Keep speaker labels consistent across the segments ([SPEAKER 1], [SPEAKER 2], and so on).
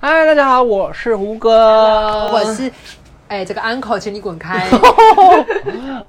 [SPEAKER 1] 嗨，大家好，我是胡哥，
[SPEAKER 2] 我呃是，哎，这个 uncle，请你滚 开！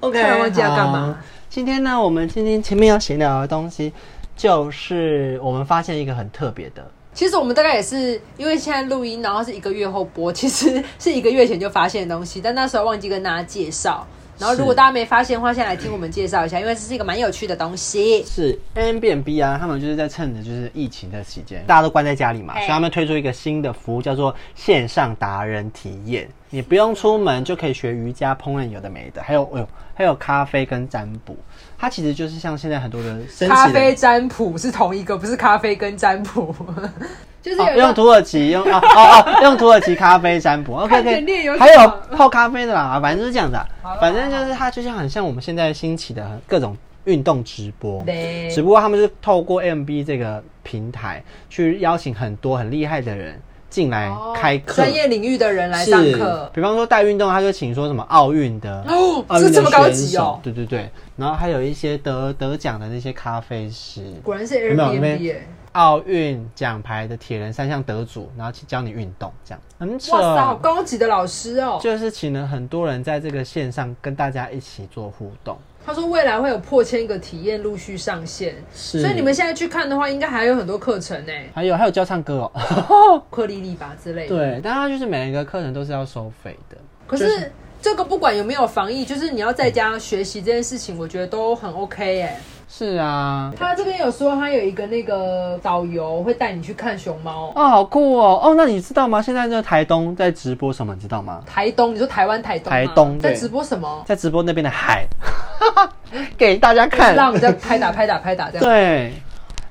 [SPEAKER 1] OK，
[SPEAKER 2] 突然忘记要干嘛
[SPEAKER 1] 好。今天呢，我们今天前面要闲聊的东西，就是我们发现一个很特别的，
[SPEAKER 2] 其实我们大概也是因为现在录音，然后是一个月后播， 其实是一个月前就发现的东西，但那时候忘记跟大家介绍。然后如果
[SPEAKER 1] 是
[SPEAKER 2] 大家没发现的话，现在来听我们介绍一下，因为这是一个蛮有趣的东西。
[SPEAKER 1] 是 n b n b 啊，他们就是在趁着就是疫情的期间，大家都关在家里嘛，
[SPEAKER 2] 哎
[SPEAKER 1] 所以他们推出一个新的服务，叫做线上达人体验。你不用出门就可以学瑜伽、烹饪，有的没的，还有，哎呦，还有咖啡跟占卜。它其实就是像现在很多的神奇的
[SPEAKER 2] 咖啡占卜是同一个，不是咖啡跟占 卜，就是
[SPEAKER 1] 哦
[SPEAKER 2] 有一
[SPEAKER 1] 用
[SPEAKER 2] 个
[SPEAKER 1] 土耳其用哦哦 哦，用土耳其咖啡占卜。OK
[SPEAKER 2] 看起来猎
[SPEAKER 1] OK，
[SPEAKER 2] 有
[SPEAKER 1] 还
[SPEAKER 2] 什
[SPEAKER 1] 有
[SPEAKER 2] 么
[SPEAKER 1] 泡咖啡的啦，反正就是这样子啊
[SPEAKER 2] 好。啦
[SPEAKER 1] 反正就是它就像很像我们现在兴起的各种运动直播，
[SPEAKER 2] 对
[SPEAKER 1] 只不过他们是透过 MB 这个平台去邀请很多很厉害的人进来
[SPEAKER 2] 哦
[SPEAKER 1] 开课。
[SPEAKER 2] 专业领域的人来上课。
[SPEAKER 1] 比方说带运动，他就请说什么奥运的
[SPEAKER 2] 哦
[SPEAKER 1] 奥运的
[SPEAKER 2] 这这么高级
[SPEAKER 1] 选手
[SPEAKER 2] 哦
[SPEAKER 1] 对对对，然后还有一些得得奖的那些咖啡师，
[SPEAKER 2] 果然是
[SPEAKER 1] 有没有那
[SPEAKER 2] Airbnb，
[SPEAKER 1] 边
[SPEAKER 2] 耶
[SPEAKER 1] 奥运奖牌的铁人三项得主，然后去教你运动，这样很扯
[SPEAKER 2] 哇。塞，好高级的老师哦！
[SPEAKER 1] 啊就是请了很多人在这个线上跟大家一起做互动，
[SPEAKER 2] 他说未来会有破千个体验陆续上线，
[SPEAKER 1] 是
[SPEAKER 2] 所以你们现在去看的话，应该还有很多课程呢，
[SPEAKER 1] 还有还有教唱歌 哦，
[SPEAKER 2] 乌克丽丽吧之类的。
[SPEAKER 1] 对，但它就是每一个课程都是要收费的，
[SPEAKER 2] 可
[SPEAKER 1] 就是
[SPEAKER 2] 这个不管有没有防疫，就是你要在家学习这件事情，我觉得都很 OK 哎。
[SPEAKER 1] 是啊，
[SPEAKER 2] 他这边有说他有一个那个导游会带你去看熊猫，
[SPEAKER 1] 哦，好酷哦，哦，那你知道吗？现在这台东在直播什么，你知道吗？
[SPEAKER 2] 台东，你说台湾台东吗
[SPEAKER 1] 台东
[SPEAKER 2] 在
[SPEAKER 1] 对
[SPEAKER 2] 直播什么？
[SPEAKER 1] 在直播那边 的海，给大家看，
[SPEAKER 2] 让我们在拍打拍打拍打这样。
[SPEAKER 1] 对，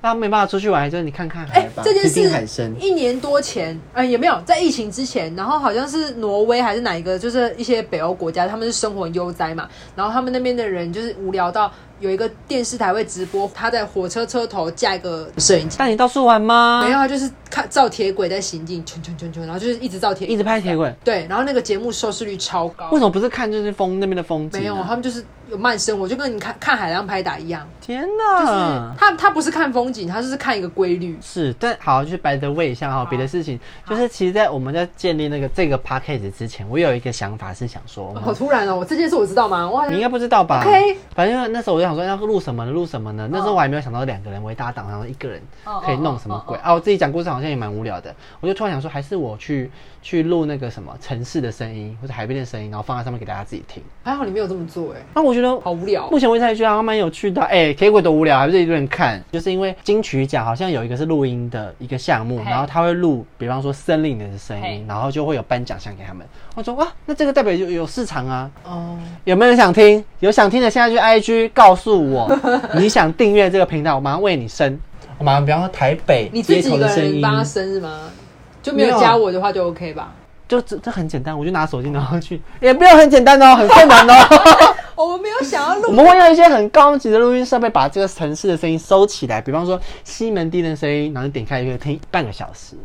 [SPEAKER 1] 那没办法出去玩，就是你看看海吧，
[SPEAKER 2] 哎这件
[SPEAKER 1] 听听海
[SPEAKER 2] 事
[SPEAKER 1] 声，
[SPEAKER 2] 一年多前，嗯，也没有在疫情之前，然后好像是挪威还是哪一个，就是一些北欧国家，他们是生活很悠哉嘛，然后他们那边的人就是无聊到有一个电视台会直播，他在火车车头架一个摄影机，
[SPEAKER 1] 带你到处玩吗？
[SPEAKER 2] 没有，他就是看照铁轨在行进，圈圈圈圈，然后就是一直照铁，
[SPEAKER 1] 一直拍铁轨。
[SPEAKER 2] 对，然后那个节目收视率超高
[SPEAKER 1] 为，什么不是看就是风那边的风景、啊？
[SPEAKER 2] 没有，他们就是有慢生活，就跟你看看海浪拍打一样，
[SPEAKER 1] 天
[SPEAKER 2] 就是
[SPEAKER 1] 哪！
[SPEAKER 2] 他他不是看风景，他就是看一个规律。
[SPEAKER 1] 是，但好，就是 by the way 一下哈，别的事情，就是其实，在我们在建立那个这个 p a c k a g e 之前，我有一个想法是想说，我们
[SPEAKER 2] 好突然哦！这件事我知道吗？我好像
[SPEAKER 1] 你应该不知道吧
[SPEAKER 2] OK
[SPEAKER 1] 反正那时候我就想说要录什么呢？录什么呢？那时候我还没有想到两个人为搭档，然后一个人
[SPEAKER 2] 哦
[SPEAKER 1] 可以弄什么鬼
[SPEAKER 2] 哦
[SPEAKER 1] 啊！我自己讲故事好像也蛮无聊的，我就突然想说，还是我去去录那个什么城市的声音或者海边的声音，然后放在上面给大家自己听。
[SPEAKER 2] 还好你没有这么做哎、
[SPEAKER 1] 那我觉得
[SPEAKER 2] 好无聊
[SPEAKER 1] 目。前为止还觉得还蛮有趣的，哎、结果多无聊，还不是一堆人看，就是因为金曲奖好像有一个是录音的一个项目，
[SPEAKER 2] 嘿
[SPEAKER 1] 然后他会录，比方说森林的声音
[SPEAKER 2] 嘿，
[SPEAKER 1] 然后就会有颁奖项给他们。我说哇，那这个代表有有市场啊，
[SPEAKER 2] 哦，
[SPEAKER 1] 有没有人想听？有想听的，现在去 IG 告诉 我，你想订阅这个频道，我马上为你升，我马上比方说台北
[SPEAKER 2] 你自
[SPEAKER 1] 街
[SPEAKER 2] 己一
[SPEAKER 1] 头
[SPEAKER 2] 个
[SPEAKER 1] 的声
[SPEAKER 2] 人
[SPEAKER 1] 音，
[SPEAKER 2] 帮他生是吗？就没
[SPEAKER 1] 没有
[SPEAKER 2] 有
[SPEAKER 1] 啊
[SPEAKER 2] 加我的话就 OK 吧？
[SPEAKER 1] 就这这很简单，我就拿手机然后去，也没有很简单哦，很困难哦。
[SPEAKER 2] 我们没有想要
[SPEAKER 1] 我
[SPEAKER 2] 录，
[SPEAKER 1] 们会用一些很高级的录音设备，把这个城市的声音收起来，比方说西门町的声音，然后你点开就可以听半个小时，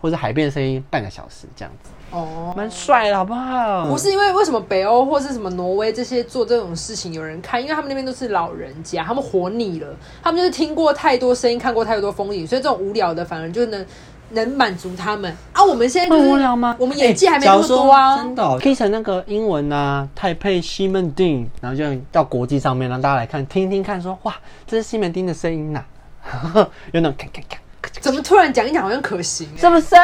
[SPEAKER 1] 或者海边的声音半个小时这样子，
[SPEAKER 2] 哦，
[SPEAKER 1] 蛮帅的好不 好？
[SPEAKER 2] 不是因为为什么北欧或是什么挪威这些做这种事情有人看，因为他们那边都是老人家，他们活腻了，他们就是听过太多声音，看过太多风景，所以这种无聊的反而就能能满足他们啊。我们现在就
[SPEAKER 1] 会
[SPEAKER 2] 是
[SPEAKER 1] 无聊吗？
[SPEAKER 2] 我们演技还没那么多啊。
[SPEAKER 1] 真的、可以成那个英文啊，台北西门町，然后就到国际上面让大家来看，听听看说哇，这是西门町的声音呐、 有那种咔咔咔，咔嚓
[SPEAKER 2] 怎么突然讲一讲好像可行、欸？
[SPEAKER 1] 是不是？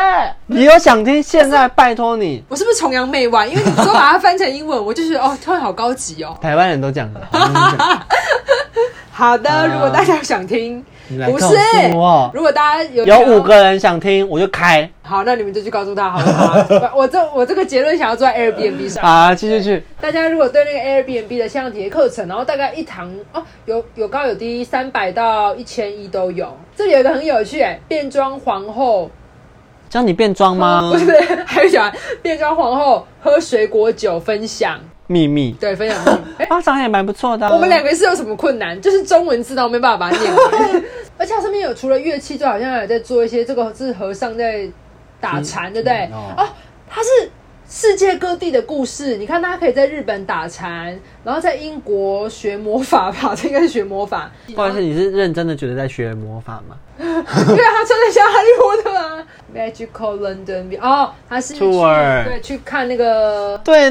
[SPEAKER 1] 你有想听？现在拜托你，
[SPEAKER 2] 我是不是崇洋媚外？因为你说把它翻成英文，我就觉得哦，突然好高级哦。
[SPEAKER 1] 台湾人都这样子，我跟你讲
[SPEAKER 2] 好的，
[SPEAKER 1] 啊
[SPEAKER 2] 如果大家想听，
[SPEAKER 1] 你来
[SPEAKER 2] 不
[SPEAKER 1] 告诉
[SPEAKER 2] 是
[SPEAKER 1] 我
[SPEAKER 2] 如果大家有
[SPEAKER 1] 有五，个人想听，我就开
[SPEAKER 2] 好，那你们就去告诉他好 了。我这我这个结论想要做在 Airbnb 上。
[SPEAKER 1] 啊，继续去。
[SPEAKER 2] 大家如果对那个 Airbnb 的线上体验课程，然后大概一堂哦，有有高有低，三百到一千一都有。这里有一个很有趣、哎，变装皇后，
[SPEAKER 1] 教你变装吗
[SPEAKER 2] 不？是，还有喜欢变装皇后喝水果酒分享，
[SPEAKER 1] 秘密
[SPEAKER 2] 对，分 享。哎、
[SPEAKER 1] 啊，长得也蛮不错的啊、
[SPEAKER 2] 我们两个是有什么困难？就是中文字都没办法把它念 完，而且它上面有除了乐器，就好像还有在做一些这个是和尚在打禅，对不对？
[SPEAKER 1] 嗯哦
[SPEAKER 2] 哦，它是世界各地的故事。你看，它可以在日本打禅，然后在英国学魔法吧，这应该是学魔法。
[SPEAKER 1] 不好意思，你是认真的觉得在学魔法吗？
[SPEAKER 2] 因为啊他穿的像哈利波特啊。Magical London View，哦，他是去
[SPEAKER 1] Tour
[SPEAKER 2] 对去看那个
[SPEAKER 1] 对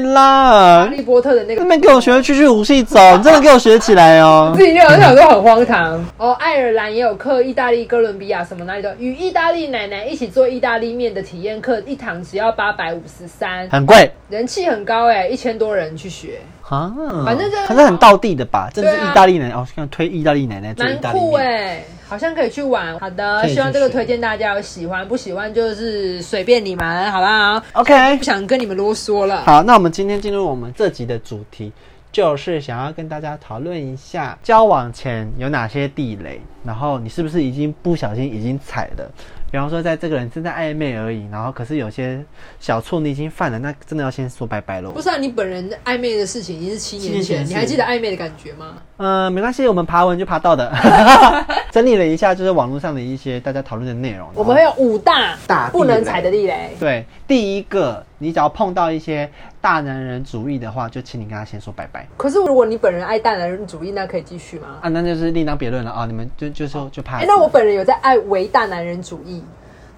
[SPEAKER 2] 哈，
[SPEAKER 1] 啦
[SPEAKER 2] 利波特的那个
[SPEAKER 1] 那。边给我学去去武器走，你真的给我学起来 哦
[SPEAKER 2] 自。己就很想说很荒唐哦。爱尔兰也有课，意大利、哥伦比亚什么哪里都有与意大利奶奶一起做意大利面的体验课，一堂只要八百五十三，
[SPEAKER 1] 很贵
[SPEAKER 2] 人气很高哎、一千多人去学，
[SPEAKER 1] 啊，
[SPEAKER 2] 反正这
[SPEAKER 1] 可是很道地的吧？这
[SPEAKER 2] 对啊
[SPEAKER 1] 是意大利奶奶哦，看推意大利奶奶做意
[SPEAKER 2] 蛮
[SPEAKER 1] 大利
[SPEAKER 2] 酷
[SPEAKER 1] 面。
[SPEAKER 2] 哎、好像可以去玩。好的，
[SPEAKER 1] 可以去
[SPEAKER 2] 希望这个
[SPEAKER 1] 学
[SPEAKER 2] 推荐大家有喜欢，不喜欢就是随便你们，好不好？
[SPEAKER 1] OK，
[SPEAKER 2] 不想跟你们啰嗦了。
[SPEAKER 1] 好，那我们今天进入我们这集的主题，就是想要跟大家讨论一下交往前有哪些地雷，然后你是不是已经不小心已经踩了？比方说，在这个人正在暧昧而已，然后可是有些小错你已经犯了，那真的要先说拜拜喽
[SPEAKER 2] 不。是啊，你本人暧昧的事情已经是七年
[SPEAKER 1] 七年前
[SPEAKER 2] 前，
[SPEAKER 1] 的事
[SPEAKER 2] 你还记得暧昧的感觉吗？
[SPEAKER 1] 嗯、没关系，我们爬文就爬到的。整理了一下，就是网络上的一些大家讨论的内容。
[SPEAKER 2] 我们会有五大
[SPEAKER 1] 大
[SPEAKER 2] 不能
[SPEAKER 1] 地雷
[SPEAKER 2] 踩的地雷。
[SPEAKER 1] 对第一个，你只要碰到一些大男人主义的话，就请你跟他先说拜拜。
[SPEAKER 2] 可是如果你本人爱大男人主义，那可以继续吗？
[SPEAKER 1] 啊，那就是另当别论了啊！你们就就说就怕
[SPEAKER 2] 哎、那我本人有在爱唯大男人主义。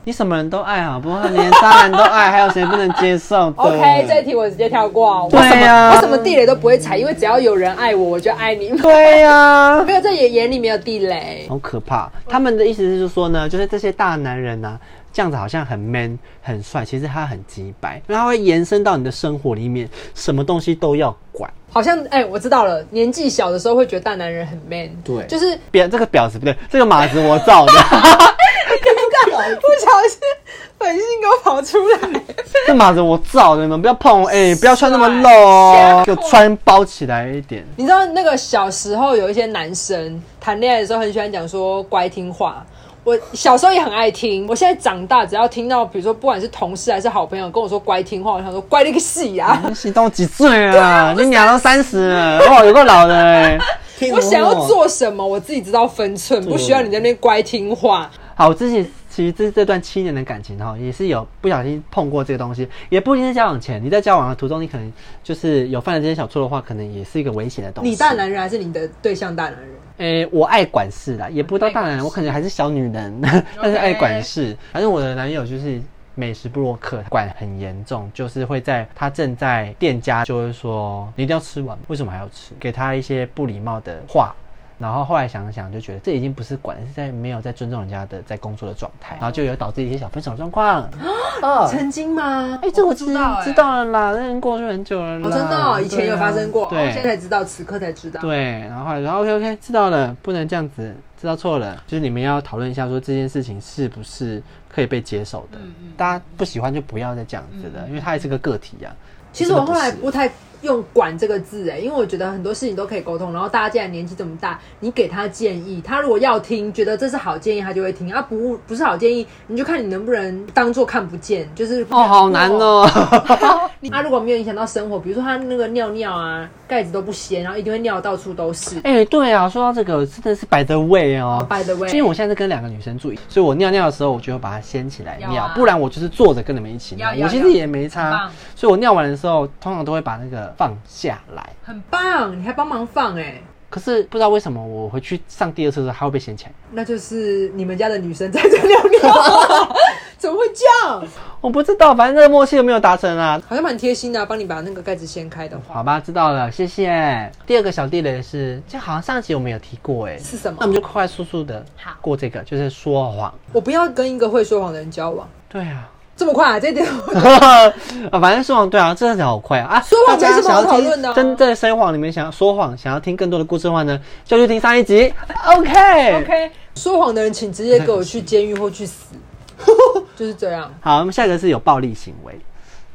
[SPEAKER 1] 你什么人都爱好不好？连渣男都爱，还有谁不能接受的
[SPEAKER 2] OK，这一题我直接跳过。我
[SPEAKER 1] 对啊
[SPEAKER 2] 什么
[SPEAKER 1] 呀
[SPEAKER 2] 我什么地雷都不会踩，因为只要有人爱我，我就爱你。
[SPEAKER 1] 对呀、
[SPEAKER 2] 没有在眼眼里没有地雷。
[SPEAKER 1] 好可怕。他们的意思是说呢，就是这些大男人呢、啊这样子好像很 man 很帅，其实他很鸡白，因为他会延伸到你的生活里面，什么东西都要管。
[SPEAKER 2] 好像哎、我知道了，年纪小的时候会觉得大男人很 man，
[SPEAKER 1] 对
[SPEAKER 2] 就是
[SPEAKER 1] 婊这个婊子不对，这个马子我造的，
[SPEAKER 2] 不小心本性给我跑出来。
[SPEAKER 1] 这马子我造的，你们不要碰我，哎、不要穿那么露哦，就穿包起来一 点。
[SPEAKER 2] 你知道那个小时候有一些男生谈恋爱的时候很喜欢讲说乖听话。我小时候也很爱听，我现在长大只要听到，比如说不管是同事还是好朋友跟我说乖听话，我想说乖你个屁啊！
[SPEAKER 1] 你都几岁了？你俩都三十了，哇，有个老的哎、
[SPEAKER 2] 我想要做什么，我自己知道分寸，不需要你在那边乖听话。
[SPEAKER 1] 好，我自己其实这这段七年的感情哈，也是有不小心碰过这个东西，也不一定是交往前，你在交往的途中，你可能就是有犯了这些小错的话，可能也是一个危险的东西。
[SPEAKER 2] 你大，男人还是你的对象大男人？
[SPEAKER 1] 诶、呃我爱管事啦，也不到大男
[SPEAKER 2] 爱管
[SPEAKER 1] 人，
[SPEAKER 2] 事
[SPEAKER 1] 我可能还是小女人， 但是爱管事。反正我的男友就是。美食布洛克管很严重，就是会在他正在店家就会说你一定要吃完，为什么还要吃？给他一些不礼貌的话，然后后来想想，就觉得这已经不是管，是在没有在尊重人家的在工作的状态，然后就有导致一些小分手状况。哦，
[SPEAKER 2] 曾经吗？
[SPEAKER 1] 哎，这我知
[SPEAKER 2] 知道哎
[SPEAKER 1] 知道了啦，那已经过去很久了啦。
[SPEAKER 2] 哦，真的哦、以前有发生过，
[SPEAKER 1] 对
[SPEAKER 2] 哦
[SPEAKER 1] 啊
[SPEAKER 2] 现在才
[SPEAKER 1] 对
[SPEAKER 2] 知道，此刻才知道。
[SPEAKER 1] 对，然后后来说 OK OK，知道了，不能这样子，知道错了，就是你们要讨论一下，说这件事情是不是可以被接受的。
[SPEAKER 2] 嗯
[SPEAKER 1] 大家不喜欢就不要再这样子了，因为他也是个个体啊呀、
[SPEAKER 2] 其实我后来
[SPEAKER 1] 真的不是
[SPEAKER 2] 不太用“管”这个字，哎，因为我觉得很多事情都可以沟通。然后大家既然年纪这么大，你给他建议，他如果要听，觉得这是好建议，他就会听；啊，不不是好建议，你就看你能不能当做看不见，就是
[SPEAKER 1] 哦，好难。哦。
[SPEAKER 2] 他、如果没有影响到生活，比如说他那个尿尿啊，盖子都不掀，然后一定会尿到处都是。 Oh,
[SPEAKER 1] 哎、对啊，说到这个，真的是摆的位哦。
[SPEAKER 2] By the way，
[SPEAKER 1] 因为我现在是跟两个女生住，所以我尿尿的时候，我就会把它掀起来
[SPEAKER 2] 要
[SPEAKER 1] 尿，
[SPEAKER 2] 啊
[SPEAKER 1] 不然我就是坐着跟你们一起尿。
[SPEAKER 2] 要要
[SPEAKER 1] 我其
[SPEAKER 2] 要
[SPEAKER 1] 实也没
[SPEAKER 2] 很
[SPEAKER 1] 差
[SPEAKER 2] 棒，
[SPEAKER 1] 所以我尿完的时候，通常都会把那个放下来。
[SPEAKER 2] 很棒，你还帮忙放哎、
[SPEAKER 1] 可是不知道为什么，我回去上第二次的时候，它会被掀起来。
[SPEAKER 2] 那就是你们家的女生在这尿 尿，怎么会这样？
[SPEAKER 1] 我不知道，反正这个默契有没有达成啊？
[SPEAKER 2] 好像蛮贴心的啊、帮你把那个盖子掀开的话，
[SPEAKER 1] 好吧，知道了，谢谢。第二个小地雷是，就好像上集我们有提过、哎，
[SPEAKER 2] 是什么
[SPEAKER 1] 那我们就快快速速的
[SPEAKER 2] 好
[SPEAKER 1] 过这个，就是说谎。
[SPEAKER 2] 我不要跟一个会说谎的人交往。
[SPEAKER 1] 对啊。
[SPEAKER 2] 这么快、啊，这一点
[SPEAKER 1] 啊，反正说谎对啊，真的好快啊！啊，
[SPEAKER 2] 说谎
[SPEAKER 1] 大家
[SPEAKER 2] 没什么
[SPEAKER 1] 想要
[SPEAKER 2] 好讨
[SPEAKER 1] 听
[SPEAKER 2] 论的啊
[SPEAKER 1] 真的生谎里面想要说谎，想要听更多的故事的话呢，就去听上一集。OK
[SPEAKER 2] OK。说谎的人，请直接给我去监狱或去 死，就是这样。
[SPEAKER 1] 好，我们下一个是有暴力行为，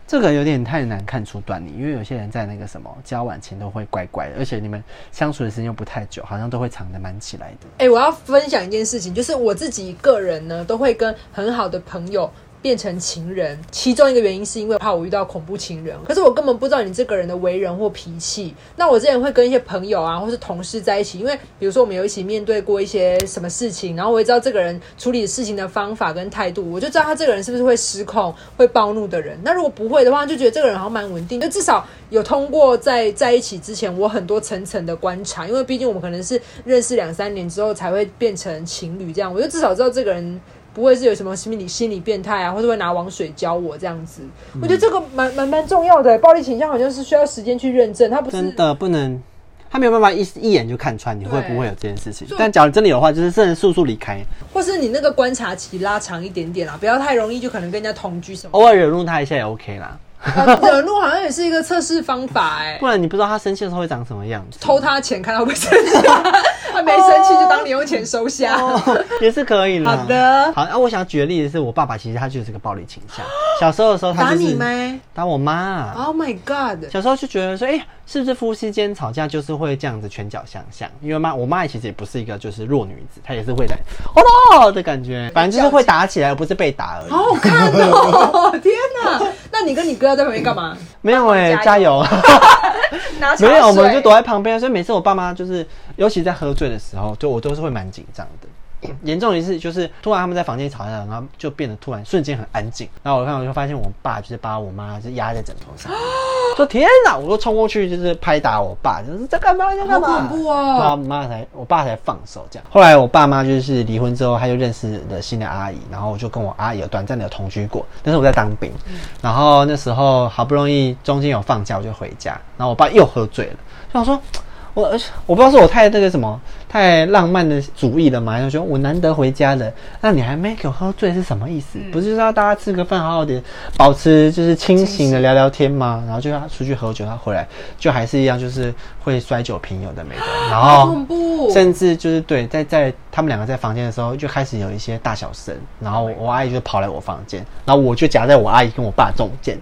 [SPEAKER 1] 这个有点太难看出端倪，因为有些人在那个什么交往前都会乖乖的，而且你们相处的时间又不太久，好像都会藏得蛮起来的。
[SPEAKER 2] 哎、我要分享一件事情，就是我自己个人呢，都会跟很好的朋友。变成情人，其中一个原因是因为怕我遇到恐怖情人，可是我根本不知道你这个人的为人或脾气。那我之前会跟一些朋友啊，或是同事在一起，因为比如说我们有一起面对过一些什么事情，哦然后我也知道这个人处理事情的方法跟态度，我就知道他这个人是不是会失控、会暴怒的人。那如果不会的话，就觉得这个人好像蛮稳定，就至少有通过在在一起之前，我很多层层的观察，因为毕竟我们可能是认识两三年之后才会变成情侣这样，我就至少知道这个人。不会是有什么心理心理变态啊，或者会拿网水浇我这样子。我觉
[SPEAKER 1] 嗯
[SPEAKER 2] 得这个蛮蛮蛮重要的，暴力倾向好像是需要时间去认证，它不是
[SPEAKER 1] 真的不能，他没有办法一一眼就看穿你会不会有这件事情
[SPEAKER 2] 对。
[SPEAKER 1] 但假如真的有的话，就是真的速速离开，
[SPEAKER 2] 或是你那个观察期拉长一点点啦，不要太容易就可能跟人家同居什么。
[SPEAKER 1] 偶尔惹怒他一下也 OK 啦。
[SPEAKER 2] 呃惹怒好像也是一个测试方法哎、
[SPEAKER 1] 不然你不知道他生气的时候会长什么样 子，
[SPEAKER 2] 偷他钱看他会不会生气，他没生气就当零用钱收下。
[SPEAKER 1] 也是可以啦。
[SPEAKER 2] 好的
[SPEAKER 1] 好。啊，我想举的例子是我爸爸，其实他就是个暴力倾向。小时候的时候，他
[SPEAKER 2] 打
[SPEAKER 1] 就是
[SPEAKER 2] 你吗
[SPEAKER 1] 打我妈啊、
[SPEAKER 2] ？Oh my god！
[SPEAKER 1] 小时候就觉得说，哎、是不是夫妻间吵架就是会这样子拳脚相向？因为妈，我妈其实也不是一个就是弱女子，她也是会来哦咯的感觉，反正就是会打起来，而不是被打而已。
[SPEAKER 2] 好好看 哦！天哪，那你跟你哥在旁边干嘛？
[SPEAKER 1] 没有哎、
[SPEAKER 2] 哦加
[SPEAKER 1] 加油！
[SPEAKER 2] 拿茶
[SPEAKER 1] 没有，我们
[SPEAKER 2] 水
[SPEAKER 1] 就躲在旁边，所以每次我爸妈就是，尤其在喝醉的时候，就我都是会蛮紧张的。 严重一次就是，突然他们在房间吵架，然后就变得突然瞬间很安静。然后我看我就发现我爸就是把我妈就压在枕头 上，说天哪！我就冲过去就是拍打我爸，就是在干嘛在
[SPEAKER 2] 好
[SPEAKER 1] 干嘛？
[SPEAKER 2] 恐怖哦
[SPEAKER 1] 然后我妈才我爸才放手这样。后来我爸妈就是离婚之后，他就认识了新的阿姨，然后我就跟我阿姨有短暂的有同居过，但是我在当兵，然后那时候好不容易中间有放假，我就回家，然后我爸又喝醉了，就想说。我而且我不知道是我太那个什么太浪漫的主义了嘛，就觉得我难得回家了，那你还没给我喝醉是什么意思？不是就是要大家吃个饭，好好的保持就是清醒的聊聊天吗？然后就他出去喝酒，他回来就还是一样，就是会摔酒瓶有的没的，然
[SPEAKER 2] 好
[SPEAKER 1] 后
[SPEAKER 2] 恐怖！
[SPEAKER 1] 甚至就是对，在在他们两个在房间的时候，就开始有一些大小声，然后我阿姨就跑来我房间，然后我就夹在我阿姨跟我爸中间，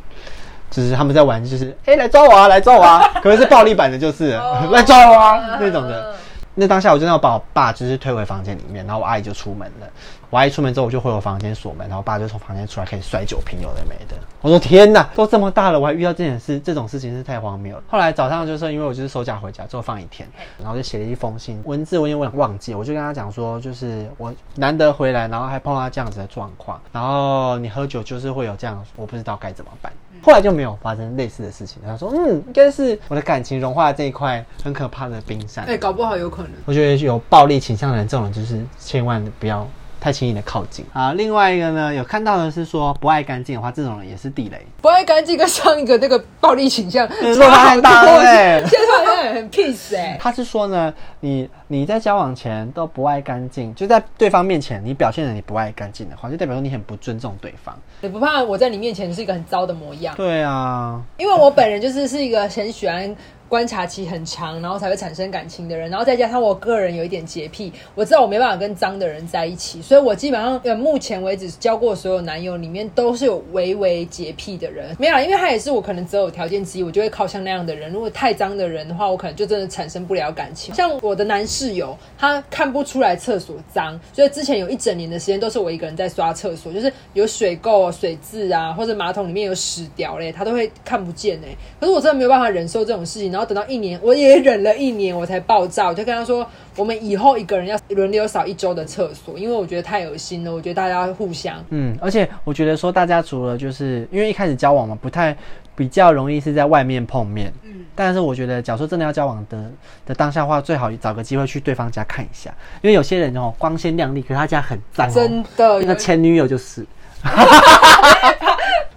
[SPEAKER 1] 就是他们在玩，就是哎、来抓我啊，来抓我啊，可能是暴力版的，就是了 来抓我啊那种的。那当下我真的要把我爸就是推回房间里面，然后我阿姨就出门了。我阿姨出门之后，我就回我房间锁门，然后我爸就从房间出来开始摔酒瓶，有的没的。我说天哪，都这么大了，我还遇到这件事，这种事情是太荒谬了。后来早上就是因为我就是收假回家之后放一天，然后就写了一封信，文字我有点忘记，我就跟他讲说，就是我难得回来，然后还碰到这样子的状况，然后你喝酒就是会有这样，我不知道该怎么办。后来就没有发生类似的事情。他说，嗯，应该是我的感情融化了这一块很可怕的冰山。
[SPEAKER 2] 哎，搞不好有可能。
[SPEAKER 1] 我觉得有暴力倾向的人，这种人就是千万不要太轻易的靠近啊。另外一个呢，有看到的是说不爱干净的话， 这种人也是地雷。
[SPEAKER 2] 不爱干净跟上一个那个暴力倾向
[SPEAKER 1] 嗯落差很大
[SPEAKER 2] 差好多
[SPEAKER 1] 对不对
[SPEAKER 2] 现在好像很 peace 哎、
[SPEAKER 1] 他是说呢，你你在交往前都不爱干净，就在对方面前你表现的你不爱干净的话，就代表说你很不尊重对方。
[SPEAKER 2] 你不怕我在你面前是一个很糟的模样？
[SPEAKER 1] 对啊，
[SPEAKER 2] 因为我本人就是是一个很喜欢观察期很长，然后才会产生感情的人，然后再加上我个人有一点洁癖，我知道我没办法跟脏的人在一起，所以我基本上呃目前为止交过所有男友里面都是有微微洁癖的人，没有啦，因为他也是我可能择偶条件之一，我就会靠向那样的人。如果太脏的人的话，我可能就真的产生不了感情。像我的男室友，他看不出来厕所脏，所以之前有一整年的时间都是我一个人在刷厕所，就是有水垢、水渍啊，或者马桶里面有屎屌嘞，他都会看不见哎、可是我真的没有办法忍受这种事情，然后等到一年，我也忍了一年，我才爆炸，我就跟他说，我们以后一个人要轮流扫一周的厕所，因为我觉得太恶心了，我觉得大家互相。
[SPEAKER 1] 嗯，而且我觉得说大家除了就是因为一开始交往嘛，不太比较容易是在外面碰面。嗯，但是我觉得，假如说真的要交往的的当下的话，最好找个机会去对方家看一下，因为有些人哦光鲜亮丽，可是他家很脏、哦，
[SPEAKER 2] 真的，
[SPEAKER 1] 那个前女友就是。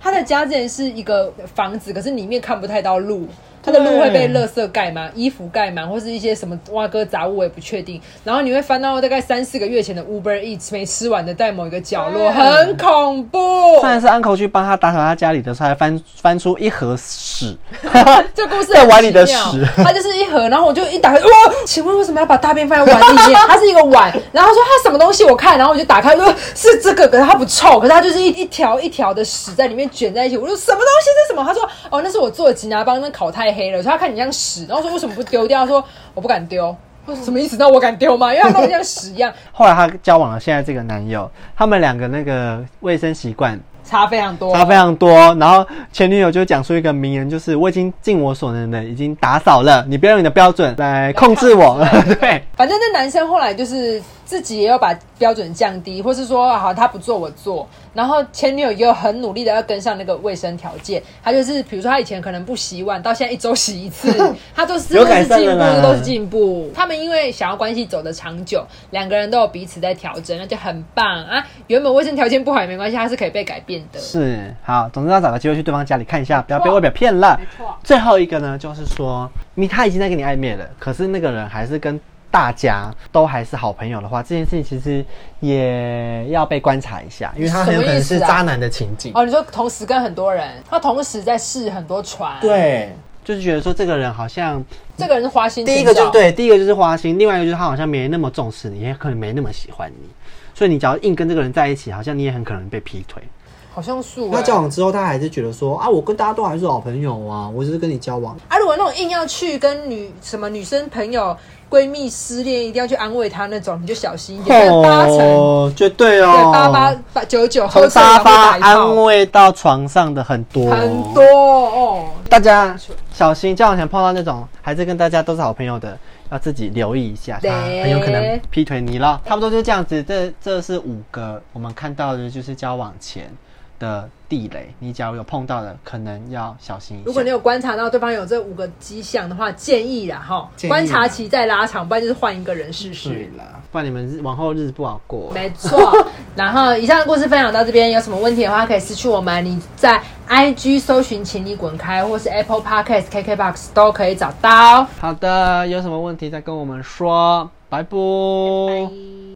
[SPEAKER 2] 他的家之前是一个房子，可是里面看不太到路，他的路会被垃圾盖满、衣服盖满，或是一些什么挖哥杂物，我也不确定。然后你会翻到大概三四个月前的 Uber Eats 没吃完的在某一个角落，很恐怖。
[SPEAKER 1] 虽然是 uncle 去帮他打扫他家里的时候，还翻翻出一盒屎，
[SPEAKER 2] 这故事
[SPEAKER 1] 在
[SPEAKER 2] 很
[SPEAKER 1] 碗里的
[SPEAKER 2] 奇妙
[SPEAKER 1] 屎
[SPEAKER 2] 它就是一盒，然后我就一打开，哇！请问为什么要把大便放在碗里 面？它是一个碗，然后他说它什么东西？我看，然后我就打开，说是这个，可是它不臭，可是它就是一一条一条的屎在里面卷在一起。我说什么东西？这是什么？他说哦，那是我做的吉拿帮，那烤太黑了，所以他看你像屎，然后说为什么不丢掉？他说我不敢丢。我说什么意思？那我敢丢吗？因为他弄得像屎一样，
[SPEAKER 1] 后来她交往了现在这个男友，他们两个那个卫生习惯
[SPEAKER 2] 差非常多。
[SPEAKER 1] 差非常多。然后前女友就讲出一个名言，就是我已经尽我所能的已经打扫了，你不要用你的标准来控制我。 对，
[SPEAKER 2] 反正那男生后来就是自己也有把标准降低，或是说啊好他不做我做，然后前女友也有很努力的要跟上那个卫生条件，他就是比如说他以前可能不洗碗，到现在一周洗一 次，他都是
[SPEAKER 1] 有
[SPEAKER 2] 都
[SPEAKER 1] 改
[SPEAKER 2] 是
[SPEAKER 1] 善
[SPEAKER 2] 进
[SPEAKER 1] 了
[SPEAKER 2] 步，
[SPEAKER 1] 啦
[SPEAKER 2] 这都是进步。他们因为想要关系走得长久，两个人都有彼此在调整，那就很棒啊。原本卫生条件不好也没关系，它是可以被改变的。
[SPEAKER 1] 是好，总之要找个机会去对方家里看一下，不要
[SPEAKER 2] 没
[SPEAKER 1] 被
[SPEAKER 2] 错
[SPEAKER 1] 外表骗了。
[SPEAKER 2] 错，
[SPEAKER 1] 最后一个呢，就是说你他已经在跟你暧昧了，可是那个人还是跟大家都还是好朋友的话，这件事情其实也要被观察一下，因为他很有可能是
[SPEAKER 2] 什么意思啊
[SPEAKER 1] 渣男的情景。
[SPEAKER 2] 哦，你说同时跟很多人，他同时在试很多船，，
[SPEAKER 1] 对，就是觉得说这个人好像
[SPEAKER 2] 这个人是花心，
[SPEAKER 1] 第一个就是，对，第一个就是花心，另外一个就是他好像没那么重视你，也可能没那么喜欢你，所以你只要硬跟这个人在一起，好像你也很可能被劈腿。
[SPEAKER 2] 好像啊是我
[SPEAKER 1] 那交往之后，他还是觉得说啊，我跟大家都还是好朋友啊，我只是跟你交往。
[SPEAKER 2] 啊，如果那种硬要去跟女什么女生朋友、闺蜜失恋，一定要去安慰她那种，你就小心一点，八成、
[SPEAKER 1] 哦，绝对
[SPEAKER 2] 对
[SPEAKER 1] 哦，
[SPEAKER 2] 八八八九九，喝
[SPEAKER 1] 从
[SPEAKER 2] 醉
[SPEAKER 1] 沙
[SPEAKER 2] 然后
[SPEAKER 1] 发
[SPEAKER 2] 打一
[SPEAKER 1] 安
[SPEAKER 2] 炮，
[SPEAKER 1] 慰到床上的很多
[SPEAKER 2] 很多。哦。
[SPEAKER 1] 大家小心，交往前碰到那种还是跟大家都是好朋友的，要自己留意一下，他
[SPEAKER 2] 对
[SPEAKER 1] 很有可能劈腿你了。差不多就这样子，这这是五个我们看到的，就是交往前的地雷。你假如有碰到的，可能要小心一
[SPEAKER 2] 如果你
[SPEAKER 1] 下。
[SPEAKER 2] 有观察到对方有这五个迹象的话，建议啦哈，
[SPEAKER 1] 建议啦
[SPEAKER 2] 观察期再拉长，不然就是换一个人试试。
[SPEAKER 1] 对啦，不然你们日往后日子不好过。
[SPEAKER 2] 没错。然后以上的故事分享到这边，有什么问题的话可以私去我们，你在 IG 搜寻“请你滚开”或是 Apple Podcast、KKBox 都可以找到。
[SPEAKER 1] 好的，有什么问题再跟我们说，拜拜
[SPEAKER 2] 拜